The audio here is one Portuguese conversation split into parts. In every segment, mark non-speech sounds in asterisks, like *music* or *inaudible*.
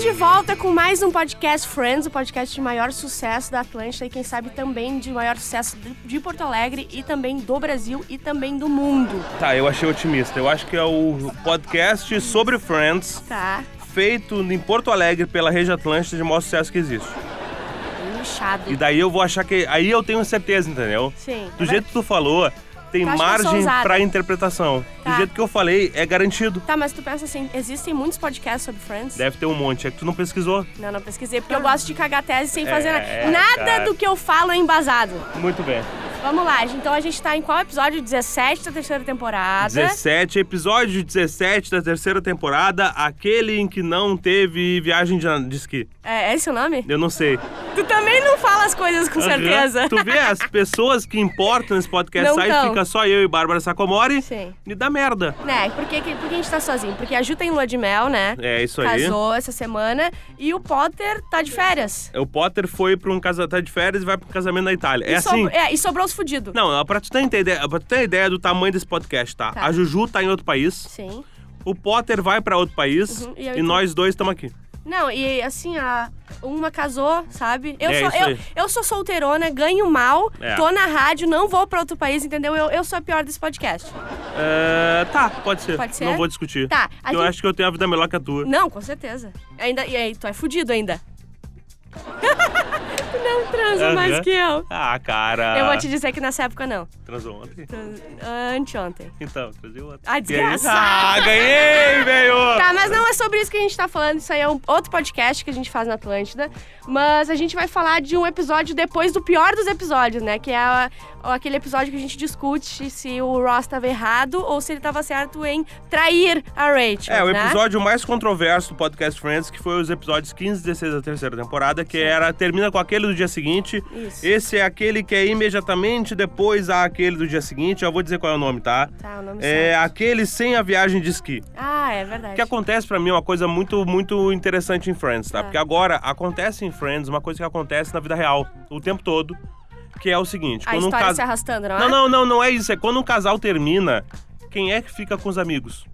de volta com mais um podcast Friends, o podcast de maior sucesso da Atlântida e quem sabe também de maior sucesso de- de Porto Alegre e também do Brasil e também do mundo, Tá, eu achei otimista. Eu acho que é o podcast sobre Friends, tá? feito em Porto Alegre pela Rede Atlântica de maior sucesso que existe. Bem Inchado. E daí eu vou achar que. Aí eu tenho certeza, entendeu? Sim. Do jeito que tu falou, tem Tu acha que eu sou margem ousada? pra interpretação. Tá. Do jeito que eu falei, é garantido. Tá, mas tu pensa assim, existem muitos podcasts sobre Friends? Deve ter um monte. É que tu não pesquisou. Não, não pesquisei, porque eu gosto de cagar tese sem É, fazer nada. é, Nada cara. do que eu falo é embasado. Muito bem. Vamos lá, então a gente tá em qual episódio? 17 da terceira temporada. 17, episódio 17 da terceira temporada, aquele em que não teve viagem de, de esqui. É, é esse o nome? Eu não sei. Tu também não fala as coisas com certeza. Tu vê as pessoas que importam nesse podcast Não sai, tão. fica só eu e Bárbara Sacomori Sim. e dá merda. Né, por que, que- por que a gente tá sozinho? Porque a Ju tá em lua de mel, né? É isso aí. Casou essa semana e o Potter tá de férias. O Potter foi pra um casamento tá de férias e vai pra um casamento na Itália. É e assim. sobr- é, e sobrou os fudidos. Não, pra tu ter ideia, pra tu ter ideia do tamanho desse podcast, tá? Tá. A Juju tá em outro país, Sim. o Potter vai pra outro país Uhum, e e, eu e tu. nós dois estamos aqui. Não, e assim, a, uma casou, sabe? Eu, É sou, isso eu, aí. eu sou solteirona, ganho mal, É. tô na rádio, não vou pra outro país, entendeu? Eu, eu sou a pior desse podcast. É, tá, pode ser. Pode ser? Não vou discutir. Tá, a Eu gente- acho que eu tenho a vida melhor que a tua. Não, com certeza. Ainda, e aí, tu é fudido ainda. *laughs* tu não transa Aham. mais que eu. Ah, cara. Eu vou te dizer que nessa época não. Transou ontem? Trans- Anteontem. Então, transei ontem. Ah, E aí? desgraçado. Ah, ganhei, velho! Tá, mas não é sobre isso que a gente tá falando. Isso aí é um outro podcast que a gente faz na Atlântida. Mas a gente vai falar de um episódio depois do pior dos episódios, né? Que é a- aquele episódio que a gente discute se o Ross tava errado ou se ele tava certo em trair a Rachel. É, o né? episódio mais controverso do Podcast Friends, que foi os episódios 15 e 16 da terceira temporada, que era termina com aquele do dia seguinte. Isso. Esse é aquele que é imediatamente depois àquele do dia seguinte. Eu vou dizer qual é o nome, tá? Tá, o nome É certo. aquele sem a viagem de esqui. Ah, é verdade. O que acontece pra mim é uma coisa muito, muito interessante em Friends, tá? Tá. Porque agora acontece em Friends uma coisa que acontece na vida real o tempo todo, que é o seguinte: A quando um história casal. se arrastando, não é? Não, não, não, não é isso. É quando um casal termina, quem é que fica com os amigos?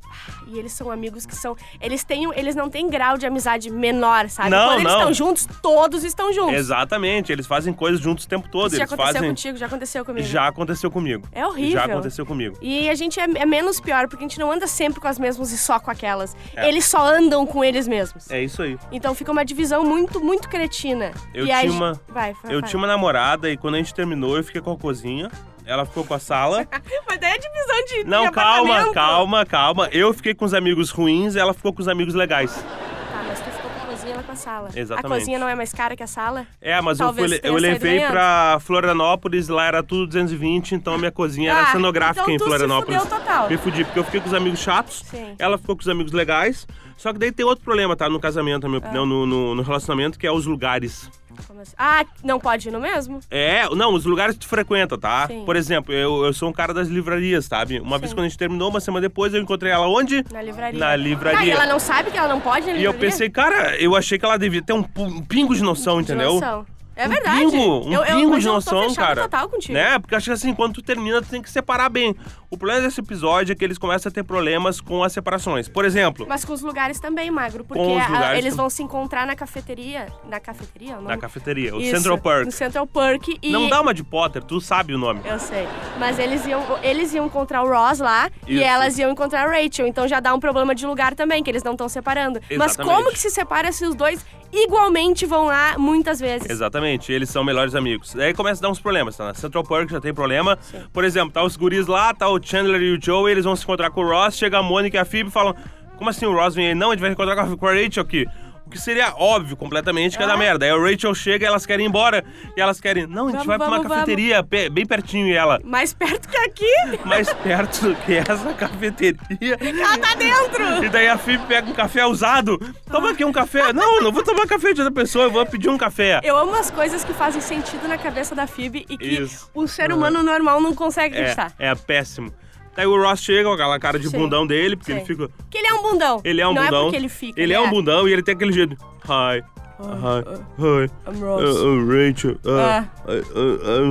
E eles são amigos que são. Eles têm, um, eles não têm grau de amizade menor, sabe? Não, Quando eles não. estão juntos, todos estão juntos. Exatamente, eles fazem coisas juntos o tempo todo. Isso já eles aconteceu fazem. contigo, já aconteceu comigo. Já aconteceu comigo. É horrível. Já aconteceu comigo. E a gente é, é menos pior, porque a gente não anda sempre com as mesmas e só com aquelas. Eles só andam com eles mesmos. É isso aí. Então fica uma divisão muito, muito cretina. Eu e aí, tinha uma- Vai, vai, Eu vai. tinha uma namorada e quando a gente terminou, eu fiquei com a cozinha. Ela ficou com a sala. *laughs* Mas daí é divisão de. Não, de calma, apartamento. calma, calma. Eu fiquei com os amigos ruins, ela ficou com os amigos legais. Tá, mas tu ficou com a cozinha ela com a sala. Exatamente. A cozinha não é mais cara que a sala? É, mas Talvez eu, fui, tenha eu saído levei ganhando. pra Florianópolis, lá era tudo 220, então a minha cozinha era Ah, cenográfica então em tu se Florianópolis. fudeu total. Me fudi, porque eu fiquei com os amigos chatos, Sim. ela ficou com os amigos legais. Só que daí tem outro problema, tá? No casamento, na minha Ah. opinião, no, no- no relacionamento, que é os lugares. Como assim? Ah, não pode ir no mesmo? É, não, os lugares que tu frequenta, tá? Sim. Por exemplo, eu, eu sou um cara das livrarias, sabe? Uma vez Sim. quando a gente terminou, uma semana depois, eu encontrei ela onde? Na livraria. Na Tá, e livraria. ela não sabe que ela não pode ir na E eu livraria? pensei, cara, eu achei que ela devia ter um, pu- um pingo de noção, De entendeu? noção. É um verdade. Pingo, um eu, eu, pingo mas de eu tô noção, fechada cara. total contigo. Né? Porque acho que assim, quando tu termina, tu tem que separar bem. O problema desse episódio é que eles começam a ter problemas com as separações. Por exemplo, Mas com os lugares também, Magro, porque Com os a- lugares eles tam- vão se encontrar na cafeteria. Na cafeteria? é o na nome? cafeteria, o Isso, Central Park. No Central Park e. Não dá uma de Potter, tu sabe o nome. Eu sei. Mas eles iam, eles iam encontrar o Ross lá e Isso. elas iam encontrar a Rachel. Então já dá um problema de lugar também, que eles não estão separando. Mas Exatamente. como que se separa se os dois igualmente vão lá muitas vezes? Exatamente, eles são melhores amigos. Daí começa a dar uns problemas, tá? Na Central Park já tem problema. Por exemplo, tá os guris lá, tá o Chandler e o Joe, eles vão se encontrar com o Ross, chega a Mônica e a Phoebe e falam: Como assim o Ross vem aí? Não, a gente vai se encontrar com a- com a Rachel aqui. O que seria óbvio completamente Ah. que é da merda. Aí a Rachel chega, elas querem ir embora. E elas querem. Não, a Vamos, gente vai pra uma vamos, vamos." cafeteria pe- bem pertinho e ela. Mais perto que aqui, *laughs* Mais perto do que essa cafeteria. ela tá dentro! E daí a Phoebe pega um café usado. Toma aqui um café. Não, não vou tomar café de outra pessoa, eu vou pedir um café. Eu amo as coisas que fazem sentido na cabeça da Phoebe e que Isso. o ser humano normal não consegue É, acreditar. é péssimo. Daí o Ross chega com aquela cara de Sim. bundão dele, porque Sim. ele fica. Que ele é um bundão. Ele é um não bundão. é porque ele fica. Ele é um bundão e ele tem aquele jeito. Hi. Hi. Hi. I'm Uh, Ross. uh, Rachel. Uh, Ah. uh, uh,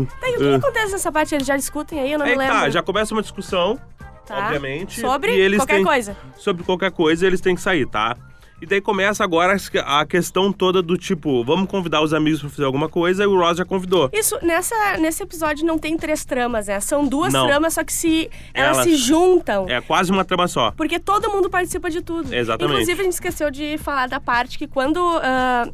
uh, Tá, e o que uh. acontece nessa parte? Eles já discutem aí, eu não Aí me que lembro. tá, já começa uma discussão Tá. obviamente, Sobre e eles qualquer têm- coisa. sobre qualquer coisa, eles têm que sair, tá? E daí começa agora a questão toda do tipo, vamos convidar os amigos pra fazer alguma coisa e o Ross já convidou. Isso, nessa, nesse episódio não tem três tramas, né? São duas Não. tramas, só que se elas, Elas- se juntam. É quase uma trama só. Porque todo mundo participa de tudo. Exatamente. Inclusive, a gente esqueceu de falar da parte que quando. ah,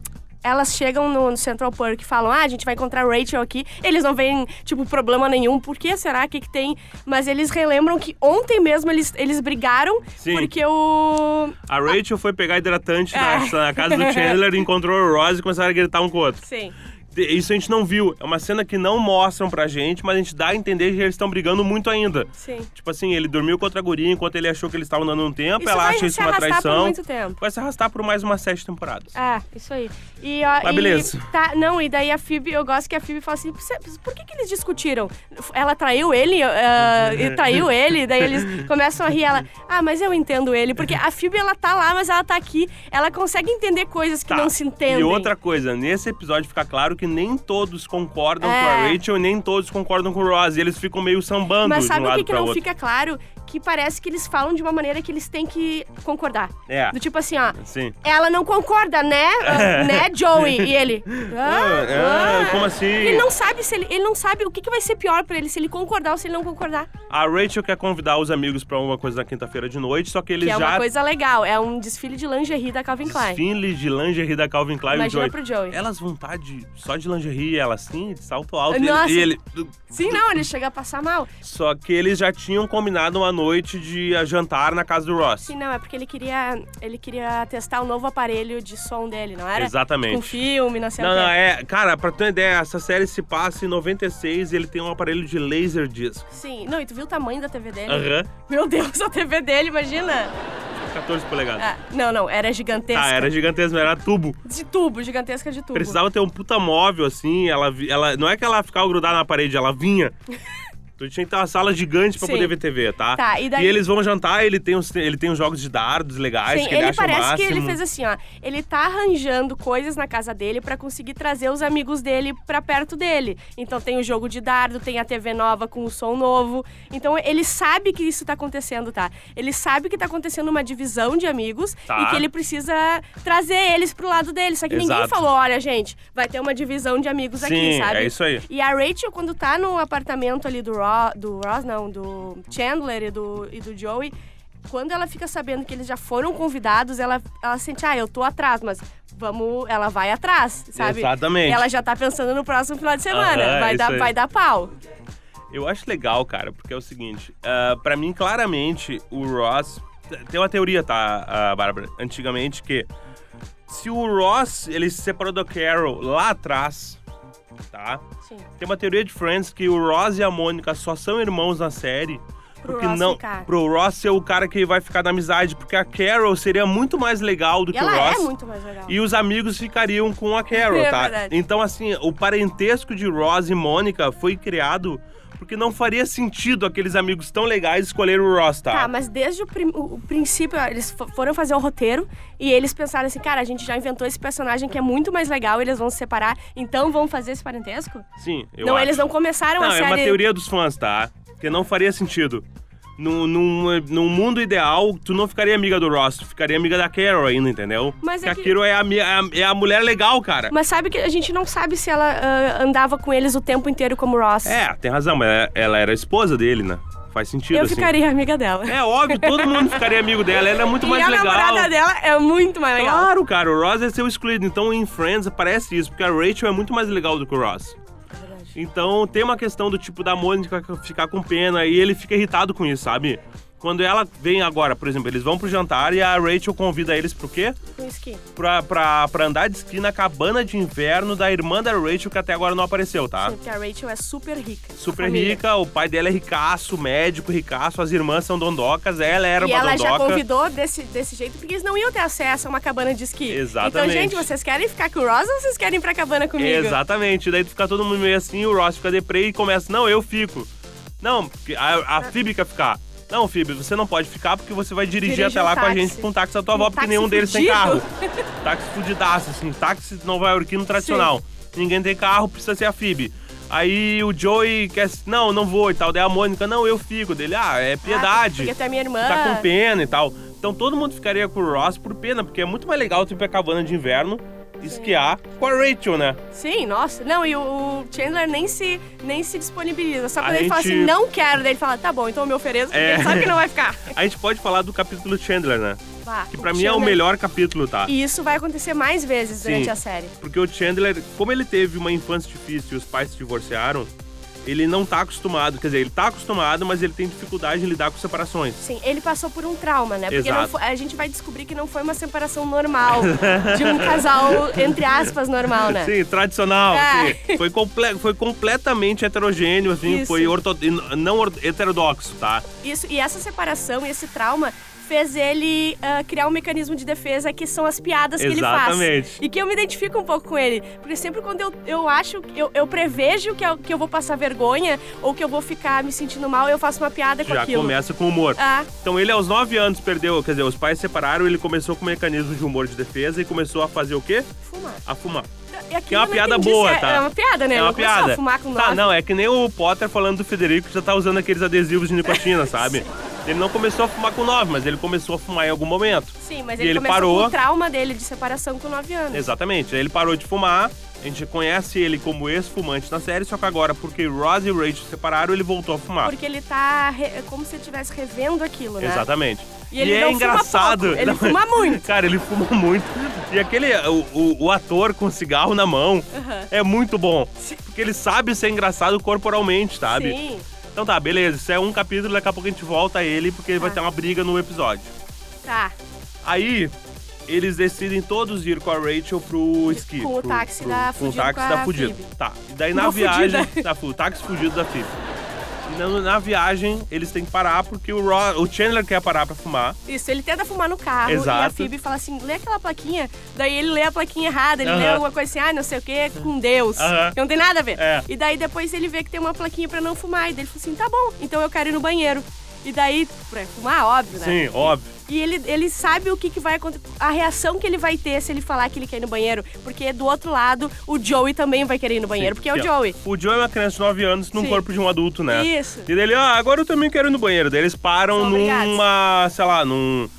elas chegam no, no Central Park e falam: Ah, a gente vai encontrar a Rachel aqui. Eles não veem, tipo, problema nenhum. Por que será? O que, que tem? Mas eles relembram que ontem mesmo eles, eles brigaram Sim. porque o. A Rachel foi pegar hidratante É. na, na *laughs* casa do Chandler, encontrou o Ross e começaram a gritar um com o outro. Sim. Isso a gente não viu. É uma cena que não mostram pra gente, mas a gente dá a entender que eles estão brigando muito ainda. Sim. Tipo assim, ele dormiu com outra guria enquanto ele achou que eles estavam dando um tempo, Isso ela vai acha isso se uma arrastar por traição. muito tempo. Vai se arrastar por mais umas sete temporadas. É, isso aí. E, ó, Mas e- beleza. tá, não, e daí a Phoebe, eu gosto que a Phoebe fala assim, "Cê- por que, que eles discutiram? Ela traiu ele, ah, e traiu ele, daí eles *laughs* começam a rir, ela, ah, mas eu entendo ele, porque a Phoebe, ela tá lá, mas ela tá aqui, ela consegue entender coisas que Tá. não se entendem. E outra coisa, nesse episódio fica claro que nem todos concordam com a É. Rachel e nem todos concordam com o Ross. E eles ficam meio sambando Mas de sabe um o lado que, que pra não outro. fica claro? Que parece que eles falam de uma maneira que eles têm que concordar. É. Do tipo assim, ó, Sim. ela não concorda, *laughs* né? Ah, né, Joey? E ele. "Ah, Ah, ah, como assim?" Ele não sabe se ele, ele não sabe o que, que vai ser pior pra ele, se ele concordar ou se ele não concordar. A Rachel quer convidar os amigos pra uma coisa na quinta-feira de noite, só que eles que é já. uma coisa legal. É um desfile de lingerie da Calvin Klein. Finley de lingerie da Calvin Klein e o Imagina Joey. pro Joey. Elas vontade só de lingerie, ela assim, de salto alto. e Nossa. ele- E ele, Sim, não, ele chega a passar mal. Só que eles já tinham combinado uma noite de ah, jantar na casa do Ross. Sim, não, é porque ele queria. Ele queria testar o novo aparelho de som dele, não era? Exatamente. Com filme, não sei Não, o quê. não, é. Cara, pra ter uma ideia, essa série se passa em 96 e ele tem um aparelho de laser disc. Sim. Não, e tu viu o tamanho da TV dele? é Aham, Meu Deus, a TV dele, imagina! 14 polegadas. Ah, não, não, era gigantesca. Ah, era gigantesco, era tubo. De tubo, gigantesca de tubo. Precisava ter um puta móvel, assim, ela, vi- ela não é que ela ficava grudada na parede, ela *laughs* vinha. Tu tinha que ter uma sala gigante pra Sim. poder ver TV, tá? Tá, e daí- eles vão jantar, ele tem uns, ele tem uns jogos de dardos legais Sim, que ele, ele acha o parece que máximo. ele fez assim, ó. Ele tá arranjando coisas na casa dele pra conseguir trazer os amigos dele pra perto dele. Então tem o jogo de dardo, tem a TV nova com o som novo. Então ele sabe que isso tá acontecendo, tá? Ele sabe que tá acontecendo uma divisão de amigos Tá. e que ele precisa trazer eles pro lado dele. Só que ninguém Exato. falou, olha, gente, vai ter uma divisão de amigos aqui, Sim, sabe? é isso aí. E a Rachel, quando tá no apartamento ali do, Ro, do Ross, não, do Chandler e do, e do Joey, quando ela fica sabendo que eles já foram convidados, ela, ela sente, ah, eu tô atrás, mas vamos, ela vai atrás, sabe? Exatamente. Ela já tá pensando no próximo final de semana, Aham, vai, isso dar, aí. vai dar pau. Eu acho legal, cara, porque é o seguinte, ah, pra mim, claramente, o Ross. Tem uma teoria, tá, ah, Bárbara? Antigamente, que se o Ross ele se separou da Carol lá atrás, tá? Sim. Tem uma teoria de Friends que o Ross e a Mônica só são irmãos na série. Pro porque Ross não, ficar. Pro Ross ser o cara que vai ficar na amizade, porque a Carol seria muito mais legal do E que ela o é Ross. muito mais legal. E os amigos ficariam com a Carol, É tá? verdade. Então, assim, o parentesco de Ross e Mônica foi criado porque não faria sentido aqueles amigos tão legais escolher o Ross, tá? Tá, mas desde o, prim- o- o princípio, eles fo- foram fazer o roteiro e eles pensaram assim, cara, a gente já inventou esse personagem que é muito mais legal, eles vão se separar, então vão fazer esse parentesco? Sim, eu não, acho. eles não começaram a Não, é série. uma teoria dos fãs, tá? Porque não faria sentido. Num, num, num mundo ideal, tu não ficaria amiga do Ross, tu ficaria amiga da Carol ainda, entendeu? Mas é Porque que- a Carol é a, mi- é a- é a mulher legal, cara. Mas sabe que a gente não sabe se ela ah, andava com eles o tempo inteiro como Ross. É, tem razão, mas ela- ela era a esposa dele, né? Faz sentido, Eu assim. ficaria amiga dela. É óbvio, todo mundo ficaria amigo dela, ela é muito e mais a legal. namorada dela é muito mais legal. Claro, cara, o Ross é seu excluído. Então em Friends aparece isso, porque a Rachel é muito mais legal do que o Ross. Então tem uma questão do tipo da Mônica ficar com pena e ele fica irritado com isso, sabe? Quando ela vem agora, por exemplo, eles vão pro jantar e a Rachel convida eles pro quê? Com skin. Pra, pra, pra andar de esqui na cabana de inverno da irmã da Rachel, que até agora não apareceu, tá? Sim, porque a Rachel é super rica. Super Família. rica, o pai dela é ricaço, médico ricaço, as irmãs são dondocas, ela era E uma ela já dondoca. convidou desse, desse jeito, porque eles não iam ter acesso a uma cabana de esqui. Então, Exatamente. gente, vocês querem ficar com o Ross ou vocês querem ir pra cabana comigo? Exatamente. Daí tu fica todo mundo meio assim, o Ross fica deprê e começa, não, eu fico. Não, a, a É. Phoebe quer ficar. Não, Phoebe, você não pode ficar porque você vai dirigir Dirige até um lá com a táxi. gente com um táxi da Um tua avó, porque táxi nenhum deles tem fudido. carro. *laughs* táxi fudidaço, assim, táxi nova-iorquino tradicional. Ninguém tem carro, precisa ser a Phoebe. Aí o Joey quer, não, não vou e tal. Daí a Mônica, não, eu fico. Dele, ah, é Ah, piedade. Porque Ah. até minha irmã. Tá com pena e tal. Então Então todo mundo ficaria com o Ross por pena, porque é muito mais legal tu ir pra cabana de inverno, esquiar com a Rachel, né? Sim, nossa. Não, e o, o Chandler nem se, nem se disponibiliza. Só quando ele fala gente- assim, não quero, daí ele fala, tá bom, então eu me ofereço, porque É. ele sabe que não vai ficar. A gente pode falar do capítulo Chandler, né? Bah, Que pra mim é o Chandler- melhor capítulo, tá? E isso vai acontecer mais vezes Sim. durante a série. Porque o Chandler, como ele teve uma infância difícil e os pais se divorciaram, ele não tá acostumado. Quer dizer, ele tá acostumado, mas ele tem dificuldade em lidar com separações. Sim, ele passou por um trauma, né? Porque não Exato. fo- a gente vai descobrir que não foi uma separação *laughs* normal de um casal, entre aspas, normal, né? Sim, tradicional. É. sim. Foi, comple foi completamente heterogêneo, assim, Isso. foi orto e n- não or- heterodoxo, tá? Isso, e essa separação e esse trauma fez ele ah, criar um mecanismo de defesa que são as piadas que ele Exatamente. faz. E que eu me identifico um pouco com ele. Porque sempre quando eu, eu acho, eu, eu prevejo que eu, que eu vou passar vergonha ou que eu vou ficar me sentindo mal, eu faço uma piada com Já aquilo. começa com humor. Ah, Então ele aos 9 anos perdeu, quer dizer, os pais separaram, ele começou com um mecanismo de humor de defesa e começou a fazer o quê? fumar. A fumar. E aquilo Que é eu uma não piada entendi boa, se é, tá? É uma piada, né? É uma não começou piada. A fumar com tá, nove. não, é que nem o Potter falando do Federico que já tá usando aqueles adesivos de *laughs* nicotina, sabe? Ele não começou a fumar com 9, mas ele começou a fumar em algum momento. Sim, mas E ele, ele começou parou. com o trauma dele de separação com 9 anos. Exatamente. Ele parou de fumar. A gente conhece ele como ex-fumante na série, só que agora, porque Ross e Rachel se separaram, ele voltou a fumar. Porque ele tá re- é como se ele estivesse revendo aquilo, né? Exatamente. E ele é não fuma engraçado. *laughs* pouco, ele fuma muito. Cara, ele fuma muito. E aquele, o, o, o ator com cigarro na mão é muito bom. Porque ele sabe ser engraçado corporalmente, sabe? Sim. Então tá, beleza. Isso é um capítulo, daqui a pouco a gente volta a ele, porque vai Tá. ter uma briga no episódio. Tá. Aí, eles decidem todos ir com a Rachel pro esqui. Com o pro- táxi pro- da Com o fudido táxi com a da fudida. Phoebe. Tá. E daí na Uma viagem. fudida. Tá, o táxi fudido da Phoebe. E Na, na viagem, eles têm que parar porque o, Ro- o Chandler quer parar pra fumar. Isso, ele tenta fumar no carro e a Exato. Phoebe fala assim: lê aquela plaquinha. Daí ele lê a plaquinha errada, ele lê Aham. alguma coisa assim, ah, não sei o quê, com Deus. Aham. que Não tem nada a ver. É. E daí depois ele vê que tem uma plaquinha pra não fumar. E daí ele fala assim: tá bom, então eu quero ir no banheiro. E daí, pra fumar, óbvio, né? Sim, óbvio. E ele, ele sabe o que, que vai acontecer, a reação que ele vai ter se ele falar que ele quer ir no banheiro. Porque do outro lado, o Joey também vai querer ir no banheiro, Sim, porque é o aqui, ó. Joey. O Joey é uma criança de 9 anos num Sim. corpo de um adulto, né? Isso. E daí ele, ah, agora eu também quero ir no banheiro. Daí eles param São obrigados. numa, sei lá, num,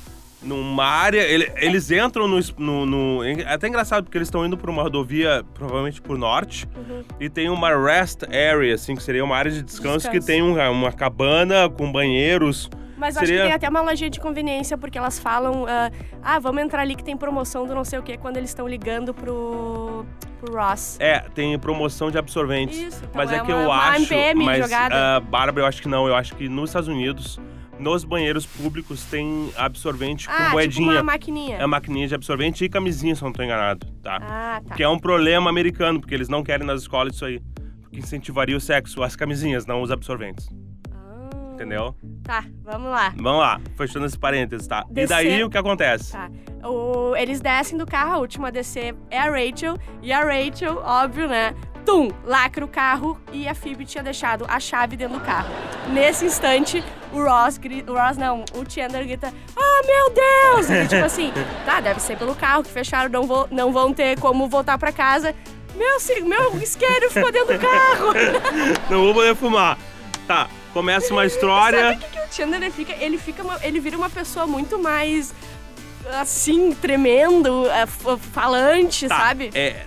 numa área. ele- eles entram no, es- no, no- É até engraçado, porque eles estão indo por uma rodovia, provavelmente pro norte. Uhum. E tem uma rest area, assim, que seria uma área de descanso, que Descanso. tem um- uma cabana com banheiros. Mas eu acho Seria- que tem até uma lojinha de conveniência, porque elas falam, ah, ah, vamos entrar ali que tem promoção do não sei o quê, quando eles estão ligando pro, pro Ross. É, tem promoção de absorventes. Isso, então mas é é, que uma- eu uma acho. MPM mas, jogada. ah, Bárbara, eu acho que não. Eu acho que nos Estados Unidos, nos banheiros públicos, tem absorvente ah, É, com tipo uma moedinha. maquininha. é maquininha de absorvente e camisinha, se eu não tô enganado, tá? Ah, tá. Que é um problema americano, porque eles não querem nas escolas isso aí. Porque incentivaria o sexo, as camisinhas, não os absorventes. Ah, Entendeu? Tá, vamos lá. Vamos lá, fechando esse parênteses, tá? E Descer- daí o que acontece? Tá. O- eles descem do carro, a última a descer é a Rachel. E a Rachel, óbvio, né? Tum! Lacra o carro e a Phoebe tinha deixado a chave dentro do carro. Nesse instante, o Ross grita. O Ross não, o Chandler grita: Ah, meu Deus! E, tipo assim, tá, deve ser pelo carro que fecharam, não, vou- não vão ter como voltar pra casa. Meu, ci- meu isqueiro ficou dentro do carro! Não vou poder fumar. Tá, começa *laughs* uma Sabe história. o que, que o Chandler fica? Ele fica, uma- ele vira uma pessoa muito mais assim, tremendo, é, f- falante, Tá, sabe? É,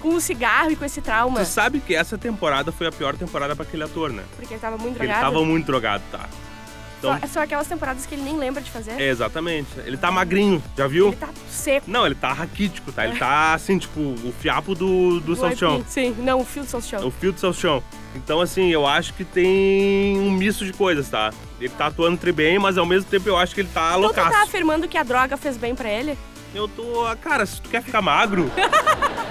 Com o cigarro e com esse trauma. Tu sabe que essa temporada foi a pior temporada pra aquele ator, né? Porque ele tava muito Porque ele drogado. tava muito drogado, tá? Então, Só- São aquelas temporadas que ele nem lembra de fazer. é, exatamente. Ele tá magrinho, já viu? Ele tá seco. Não, ele tá raquítico, tá? Ele tá assim, tipo, o fiapo do, do É. do salchão. aipim. Sim, não, o fio do salchão. O fio do salchão. Então, assim, eu acho que tem um misto de coisas, tá? Ele tá atuando tri bem, mas ao mesmo tempo eu acho que ele tá Então tu tá loucaço. afirmando que a droga fez bem pra ele? Eu tô. ah, Cara, se tu quer *laughs* ficar magro,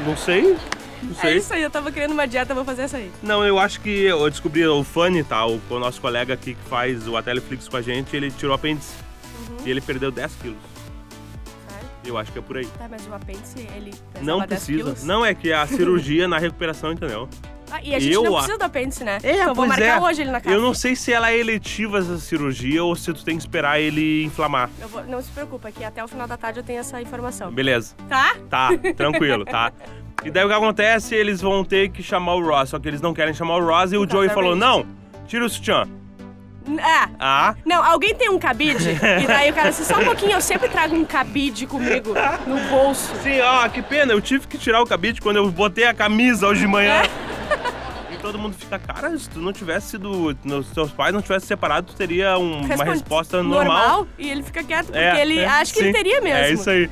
não sei. Não É sei. isso aí, eu tava criando uma dieta, eu vou fazer essa aí. Não, eu acho que eu descobri o Fanny, tá? O, o nosso colega aqui que faz o Ateleflix com a gente, ele tirou apêndice. E ele perdeu 10 quilos. Sabe? Eu acho que é por aí. Tá, mas o apêndice, ele pesa não 10 precisa. quilos. Não, é que *laughs* a cirurgia na recuperação, entendeu? Ah, e a gente Eu não a- É, precisa do apêndice, né? então vou marcar hoje ele na casa. Eu não sei se ela é eletiva essa cirurgia ou se tu tem que esperar ele inflamar. Eu vou- não se preocupa, que até o final da tarde eu tenho essa informação. Beleza. Tá? Tá, *laughs* tranquilo, tá? E daí o que acontece? Eles vão ter que chamar o Ross, só que eles não querem chamar o Ross e o Por causa Joey da falou: Rachel. não, tira o sutiã. Ah, Ah, não, alguém tem um cabide? e daí o cara assim, só um pouquinho, eu sempre trago um cabide comigo no bolso. sim, ó, que pena, eu tive que tirar o cabide quando eu botei a camisa hoje de manhã. É. E todo mundo fica, cara, se tu não tivesse sido. no- Se teus pais não tivessem separado, tu teria um- uma Responde- resposta normal. E ele fica quieto, porque É, ele é, acha que sim. ele teria mesmo. É isso aí.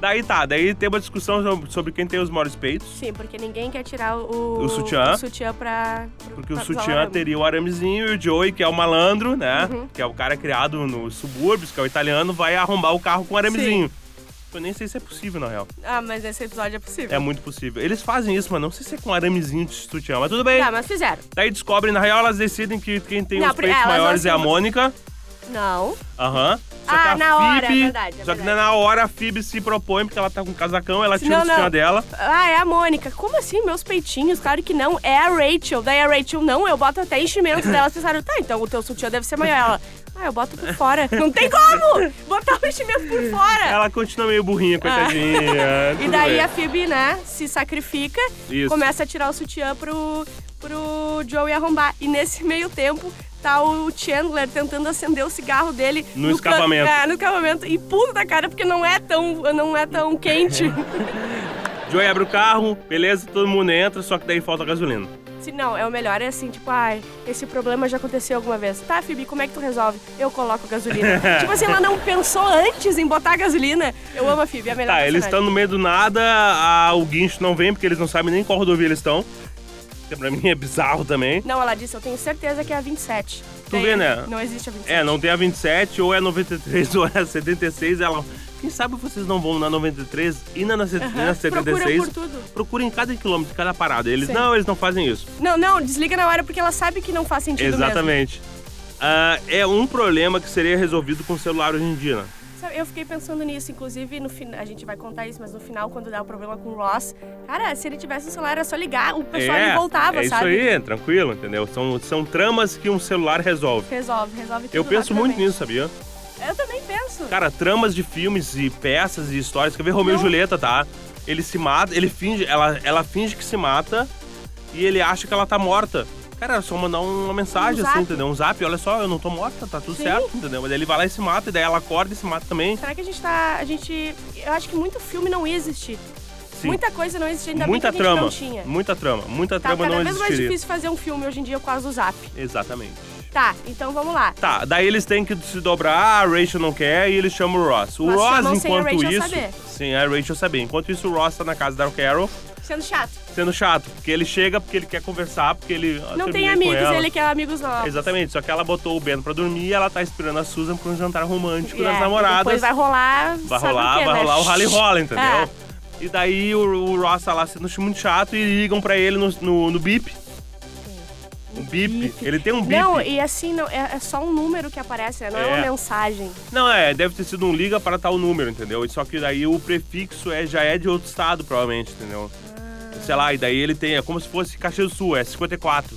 Daí tá, daí tem uma discussão sobre- sobre quem tem os maiores peitos. Sim, porque ninguém quer tirar o, O sutiã. o sutiã pra. Porque pra- o pra sutiã lavar. teria o aramezinho e o Joey, que é o malandro, né? Uhum. Que é o cara criado nos subúrbios, que é o italiano, vai arrombar o carro com o aramezinho. Eu nem sei se é possível, na real. Ah, mas nesse episódio é possível. É muito possível. Eles fazem isso, mas não sei se é com aramezinho de sutiã, mas tudo bem. Tá, mas fizeram. Daí descobrem, na real, elas decidem que quem tem Não, os porque peitos elas maiores é a acham- Mônica. Não. Aham. Só Ah, que a na hora, é Phoebe- verdade, é Só que verdade. na hora a Phoebe se propõe, porque ela tá com casacão, ela tira Não, o sutiã não. dela. Ah, é a Mônica. Como assim? Meus peitinhos? Claro que não. É a Rachel. Daí a Rachel, não, eu boto até enchimento dela. Elas pensaram, tá, então o teu sutiã deve ser maior. Ela, ah, eu boto por fora. Não tem como botar o enchimento por fora. Ela continua meio burrinha, coitadinha. Ah. *laughs* E Tudo daí bem. a Phoebe, né, se sacrifica, Isso. começa a tirar o sutiã pro, pro Joey arrombar. E nesse meio tempo, tá o Chandler tentando acender o cigarro dele No can- escapamento. é, no escapamento. E puto da cara, porque não é tão, não é tão quente. Joey abre o carro, beleza, todo mundo entra, só que daí falta gasolina. Se não, é o melhor, é assim, tipo, ai, esse problema já aconteceu alguma vez. Tá, Phoebe, como é que tu resolve? Eu coloco *laughs* gasolina. tipo assim, ela não pensou antes em botar gasolina. Eu amo a Phoebe, é a melhor Tá, eles estão personagem. no meio do nada, a- o guincho não vem porque eles não sabem nem qual rodovia eles estão. Que pra mim é bizarro também. Não, ela disse, eu tenho certeza que é a 27. Tu Tem- vê, né? Não existe a 27. É, não tem a 27, ou é a 93, ou é a 76. Ela. Quem sabe vocês não vão na 93 e na, na, set- É, e na 76? Procuram por tudo. Procurem cada quilômetro, cada parada. Eles, Sim. não, eles não fazem isso. Não, não, desliga na hora porque ela sabe que não faz sentido mesmo. Exatamente. Ah, é um problema que seria resolvido com o celular hoje em dia, né? Sabe, Eu fiquei pensando nisso, inclusive, no final. A gente vai contar isso, mas no final, quando dá o problema com o Ross, cara, se ele tivesse o celular, era só ligar, o pessoal é, ele voltava, é sabe? isso aí, tranquilo, entendeu? São, são tramas que um celular resolve. Resolve, resolve tudo. Eu penso muito rapidamente. nisso, sabia? Eu também penso. Cara, tramas de filmes e peças e histórias. Quer ver Romeu e Não. Julieta, tá? Ele se mata, ele finge, ela, ela finge que se mata e ele acha que ela tá morta. Cara, era só mandar uma mensagem, Um assim, zap. entendeu? Um zap, olha só, eu não tô morta, tá tudo Sim. certo, entendeu? Mas daí ele vai lá e se mata, e daí ela acorda e se mata também. Será que a gente tá. A gente. Eu acho que muito filme não ia existir. Sim. Muita coisa não existe ainda muita bem que a gente trama, não tinha. muita trama, muita Tá trama cada não vez mais existiria. difícil fazer um filme hoje em dia com a do Zap. Exatamente. Tá, então vamos lá. Tá, daí eles têm que se dobrar, a Rachel não quer e eles chamam o Ross. O Mas chamam Ross, sem a enquanto Rachel isso. saber. Sim, a Rachel saber. Enquanto isso, o Ross tá na casa da Carol. Sendo chato. sendo chato, porque ele chega porque ele quer conversar, porque ele. ah, Não tem terminei com amigos, ela. ele é quer amigos novos. Exatamente, só que ela botou o Ben pra dormir e ela tá esperando a Susan pra um jantar romântico É, das Depois namoradas. vai rolar. Vai sabe rolar, o quê, vai né? rolar o rally rola, entendeu? É. E daí o, o Ross tá lá sendo muito chato e ligam pra ele no, no, no bip. Um bip. Ele tem um bip. Não, e assim, não, é, é só um número que aparece, né? não é, É. uma mensagem. Não, é, deve ter sido um liga para tal número, entendeu? E Só que daí o prefixo é, já é de outro estado, provavelmente, entendeu? Ah. Sei lá, e daí ele tem, é como se fosse Caxias do Sul, é 54.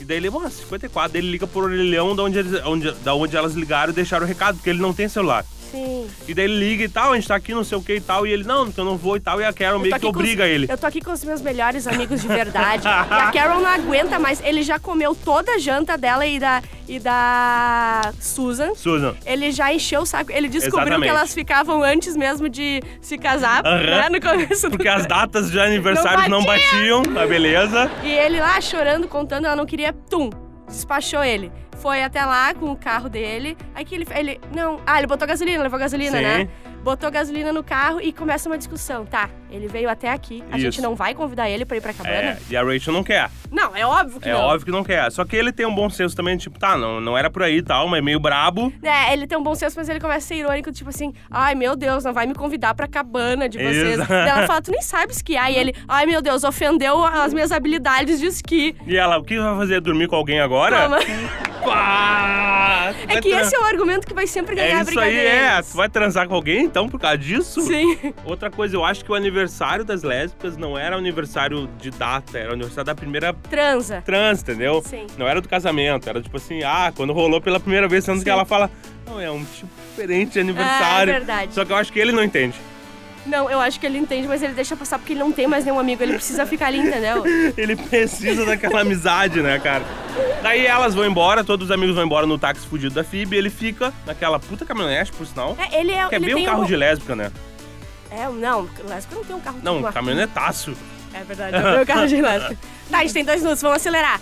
E daí ele, mano, 54, daí ele liga pro orelhão da onde, eles- onde- da onde elas ligaram e deixaram o recado, porque ele não tem celular. Sim. E daí ele liga e tal, a gente tá aqui, não sei o que e tal, e ele, não, porque eu não vou e tal, e a Carol meio tô que Tá aqui com os- obriga ele. Eu tô aqui com os meus melhores amigos de *laughs* verdade. e a Carol não aguenta mais. Ele já comeu toda a janta dela e da, e da Susan. Susan. Ele já encheu o saco. Ele descobriu Exatamente. que elas ficavam antes mesmo de se casar, Aham. né? No começo do Porque as datas de aniversário não Não batiam, mas beleza. *laughs* E ele lá chorando, contando, ela não queria, tum, despachou ele. Foi até lá com o carro dele. Aí que ele, ele não, ah, ele botou gasolina, levou gasolina, Sim. né? Botou gasolina no carro e começa uma discussão. Tá, ele veio até aqui. A Isso. gente não vai convidar ele pra ir pra cabana? É, e a Rachel não quer. Não, é óbvio que É não. óbvio que não quer. Só que ele tem um bom senso também, tipo, tá, não, não era por aí e tal, mas meio brabo. É, ele tem um bom senso, mas ele começa a ser irônico, tipo assim, ai meu Deus, não vai me convidar pra cabana de vocês. Exato. Daí ela fala, tu nem sabe esquiar. E ele, ai meu Deus, ofendeu as minhas habilidades de esqui. E ela, o que vai fazer? Dormir com alguém agora? *laughs* Toma. Pá! Tu É vai que tran- esse é o argumento que vai sempre É ganhar a isso brincadeira. aí, é. Tu vai transar com alguém então por causa disso? Sim. *laughs* Outra coisa, eu acho que o aniversário das lésbicas não era aniversário de data, era o aniversário da primeira Transa. trans, entendeu? Sim. Não era do casamento, era tipo assim, ah, quando rolou pela primeira vez, tanto que Sim. Ah, ela fala, não, é um tipo diferente de aniversário. verdade. Só que eu acho que ele não entende. Não, eu acho que ele entende, mas ele deixa passar porque ele não tem mais nenhum amigo. Ele precisa ficar ali, entendeu? Ele precisa daquela amizade, né, cara? Daí elas vão embora, todos os amigos vão embora no táxi fudido da FIB, ele fica naquela puta caminhonete, por sinal. É, ele é, que é ele bem um tem carro de lésbica, né? É, não, Lésbica não tem um carro Não, de um caminhonetaço. É verdade, é o meu carro de *laughs* lésbica. Tá, a gente tem dois minutos, vamos acelerar.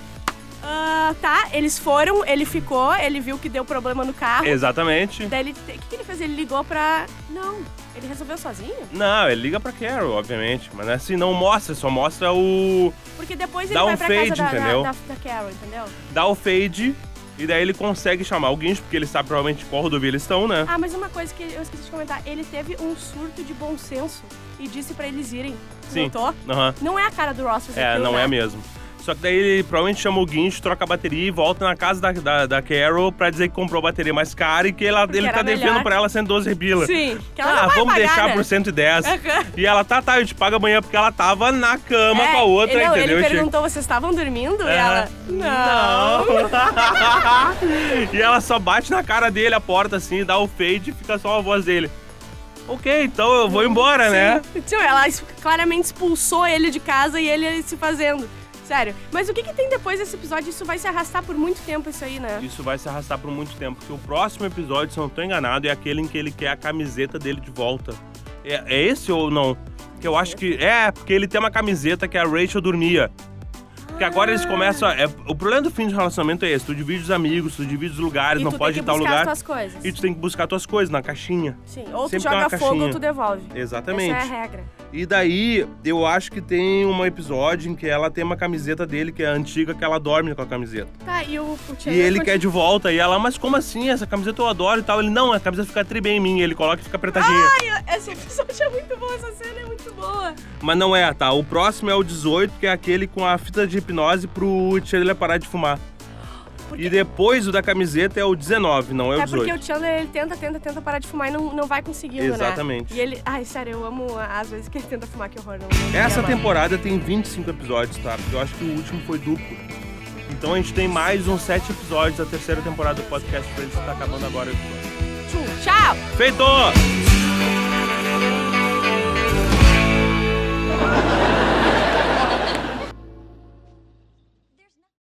Ah, tá, eles foram, ele ficou, ele viu que deu problema no É. carro. Exatamente. Daí ele. O que, que ele fez? Ele ligou pra. Não, ele resolveu sozinho? Não, ele liga pra Carol, obviamente. Mas assim, não mostra, só mostra o. Porque depois ele Dá vai um pra fade, casa da, entendeu? Da, da- da Carol, entendeu? Dá o fade. E daí ele consegue chamar o guincho, porque ele sabe provavelmente qual rodovia eles estão, né? Ah, mas uma coisa que eu esqueci de comentar: ele teve um surto de bom senso e disse pra eles irem. Tu Sim. Notou? Aham. Não é a cara do Ross fazer É, aquilo, não né? é mesmo. Só que daí ele provavelmente chama o guincho, troca a bateria e volta na casa da, da, da Carol pra dizer que comprou a bateria mais cara e que ela, Porque ele era tá devendo melhor. pra ela 112 bila. Sim, que ela ah, não vai vamos pagar, deixar né? por 110. Aham. E ela, tá, tá, eu te pago amanhã porque ela tava na cama É, com a outra, ele- não, entendeu? Ele Chega- perguntou, vocês estavam dormindo? E É. ela, não. Não. *laughs* e ela só bate na cara dele a porta assim, dá o fade e fica só a voz dele. Ok, então eu vou embora, né? Tio, ela es- claramente expulsou ele de casa e ele se fazendo. Sério. Mas o que, que tem depois desse episódio? Isso vai se arrastar por muito tempo, isso aí, né? Isso vai se arrastar por muito tempo, porque o próximo episódio, se eu não tô enganado, é aquele em que ele quer a camiseta dele de volta. É, é esse ou não? Que eu acho que. É, porque ele tem uma camiseta que a Rachel dormia. Porque agora Ah. eles começam. a- é, o problema do fim de relacionamento é esse: tu divide os amigos, tu divide os lugares, e não tu pode tem ir em que tal buscar lugar. as tuas coisas. E tu tem que buscar tuas coisas na caixinha. Sim, ou tu sempre tem uma joga fogo caixinha. ou tu devolve. Exatamente. Essa é a regra. E daí, eu acho que tem um episódio em que ela tem uma camiseta dele, que é antiga, que ela dorme com a camiseta. Tá, e o, o Tchan e ele quer continua- de volta, e ela, mas como assim? Essa camiseta eu adoro e tal. Ele, não, a camiseta fica tri bem em mim, ele coloca e fica apertadinha. Ai, esse episódio é muito bom, essa cena é muito boa. Mas não é, tá? O próximo é o 18, que é aquele com a fita de hipnose pro Chandler parar de fumar. Porque- E depois o da camiseta é o 19, não é, É o 18. porque o Chandler, ele tenta, tenta, tenta parar de fumar e não, não vai conseguindo, Exatamente. né? E ele... Ai, sério, eu amo as vezes que ele tenta fumar, que horror. Não, não Essa tem temporada tem 25 episódios, tá? Porque eu acho que o último foi duplo. Então a gente tem mais uns 7 episódios da terceira temporada do podcast pra eles que tá acabando agora. o episódio. Tchau! Feito!